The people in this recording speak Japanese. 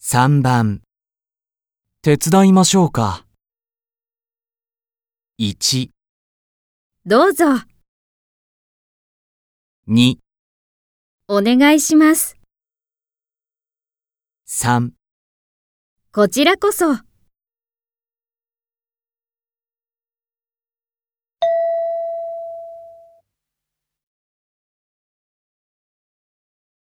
3番手伝いましょうか。1、どうぞ、 2、お願いします。 3こちらこそ。